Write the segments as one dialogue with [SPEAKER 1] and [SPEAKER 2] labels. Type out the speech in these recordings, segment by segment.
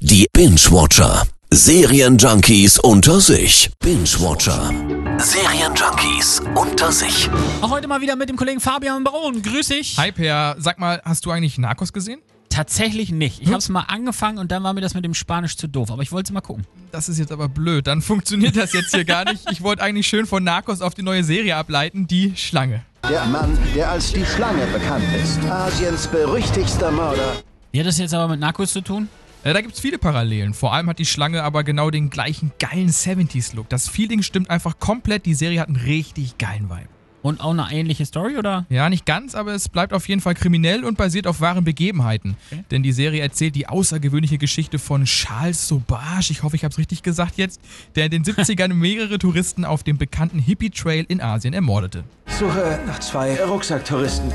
[SPEAKER 1] Die Binge-Watcher. Serienjunkies unter sich. Binge-Watcher. Serienjunkies unter sich.
[SPEAKER 2] Auch heute mal wieder mit dem Kollegen Fabian Baron. Grüß dich.
[SPEAKER 3] Hi Per, sag mal, hast du eigentlich Narcos gesehen?
[SPEAKER 2] Tatsächlich nicht. Ich habe es mal angefangen und dann war mir das mit dem Spanisch zu doof. Aber ich wollte es mal gucken.
[SPEAKER 3] Das ist jetzt aber blöd, dann funktioniert das jetzt hier gar nicht. Ich wollte eigentlich schön von Narcos auf die neue Serie ableiten, die Schlange.
[SPEAKER 4] Der Mann, der als die Schlange bekannt ist. Asiens berüchtigster Mörder.
[SPEAKER 2] Wie hat das jetzt aber mit Narcos zu tun?
[SPEAKER 3] Äh, Da gibt's viele Parallelen. Vor allem hat die Schlange aber genau den gleichen geilen 70s-Look. Das Feeling stimmt einfach komplett. Die Serie hat einen richtig geilen Vibe.
[SPEAKER 2] Und auch eine ähnliche Story, oder?
[SPEAKER 3] Ja, nicht ganz, aber es bleibt auf jeden Fall kriminell und basiert auf wahren Begebenheiten. Denn die Serie erzählt die außergewöhnliche Geschichte von Charles Sobage, ich hoffe, ich habe es richtig gesagt jetzt, der in den 70ern mehrere Touristen auf dem bekannten Hippie-Trail in Asien ermordete.
[SPEAKER 5] Suche nach zwei Rucksacktouristen.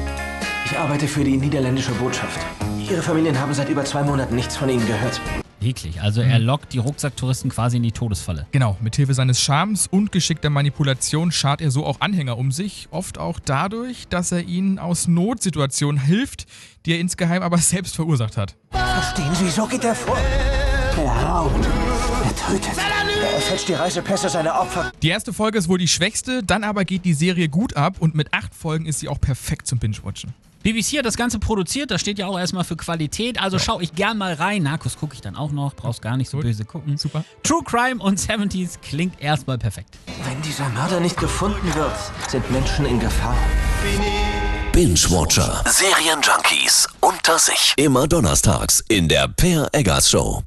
[SPEAKER 5] Ich arbeite für die niederländische Botschaft. Ihre Familien haben seit über zwei Monaten nichts von ihnen gehört.
[SPEAKER 2] Wirklich. Also er lockt die Rucksacktouristen quasi in die Todesfalle.
[SPEAKER 3] Genau, mithilfe seines Charmes und geschickter Manipulation schart er so auch Anhänger um sich, oft auch dadurch, dass er ihnen aus Notsituationen hilft, die er insgeheim aber selbst verursacht hat.
[SPEAKER 5] Verstehen Sie, so geht er vor. Er raubt. Er tötet. Er fälscht die Reisepässe seiner Opfer.
[SPEAKER 3] Die erste Folge ist wohl die schwächste, dann aber geht die Serie gut ab und mit acht Folgen ist sie auch perfekt zum Binge-Watchen.
[SPEAKER 2] BBC hat das Ganze produziert. Das steht ja auch erstmal für Qualität. Also schaue ich gern mal rein. Narcos gucke ich dann auch noch. Brauchst gar nicht so
[SPEAKER 3] Gut.
[SPEAKER 2] böse gucken.
[SPEAKER 3] Super.
[SPEAKER 2] True Crime und 70s klingt erstmal perfekt.
[SPEAKER 5] Wenn dieser Mörder nicht gefunden wird, sind Menschen in Gefahr.
[SPEAKER 1] Binge-Watcher. Serienjunkies unter sich. Immer donnerstags in der Per Eggers Show.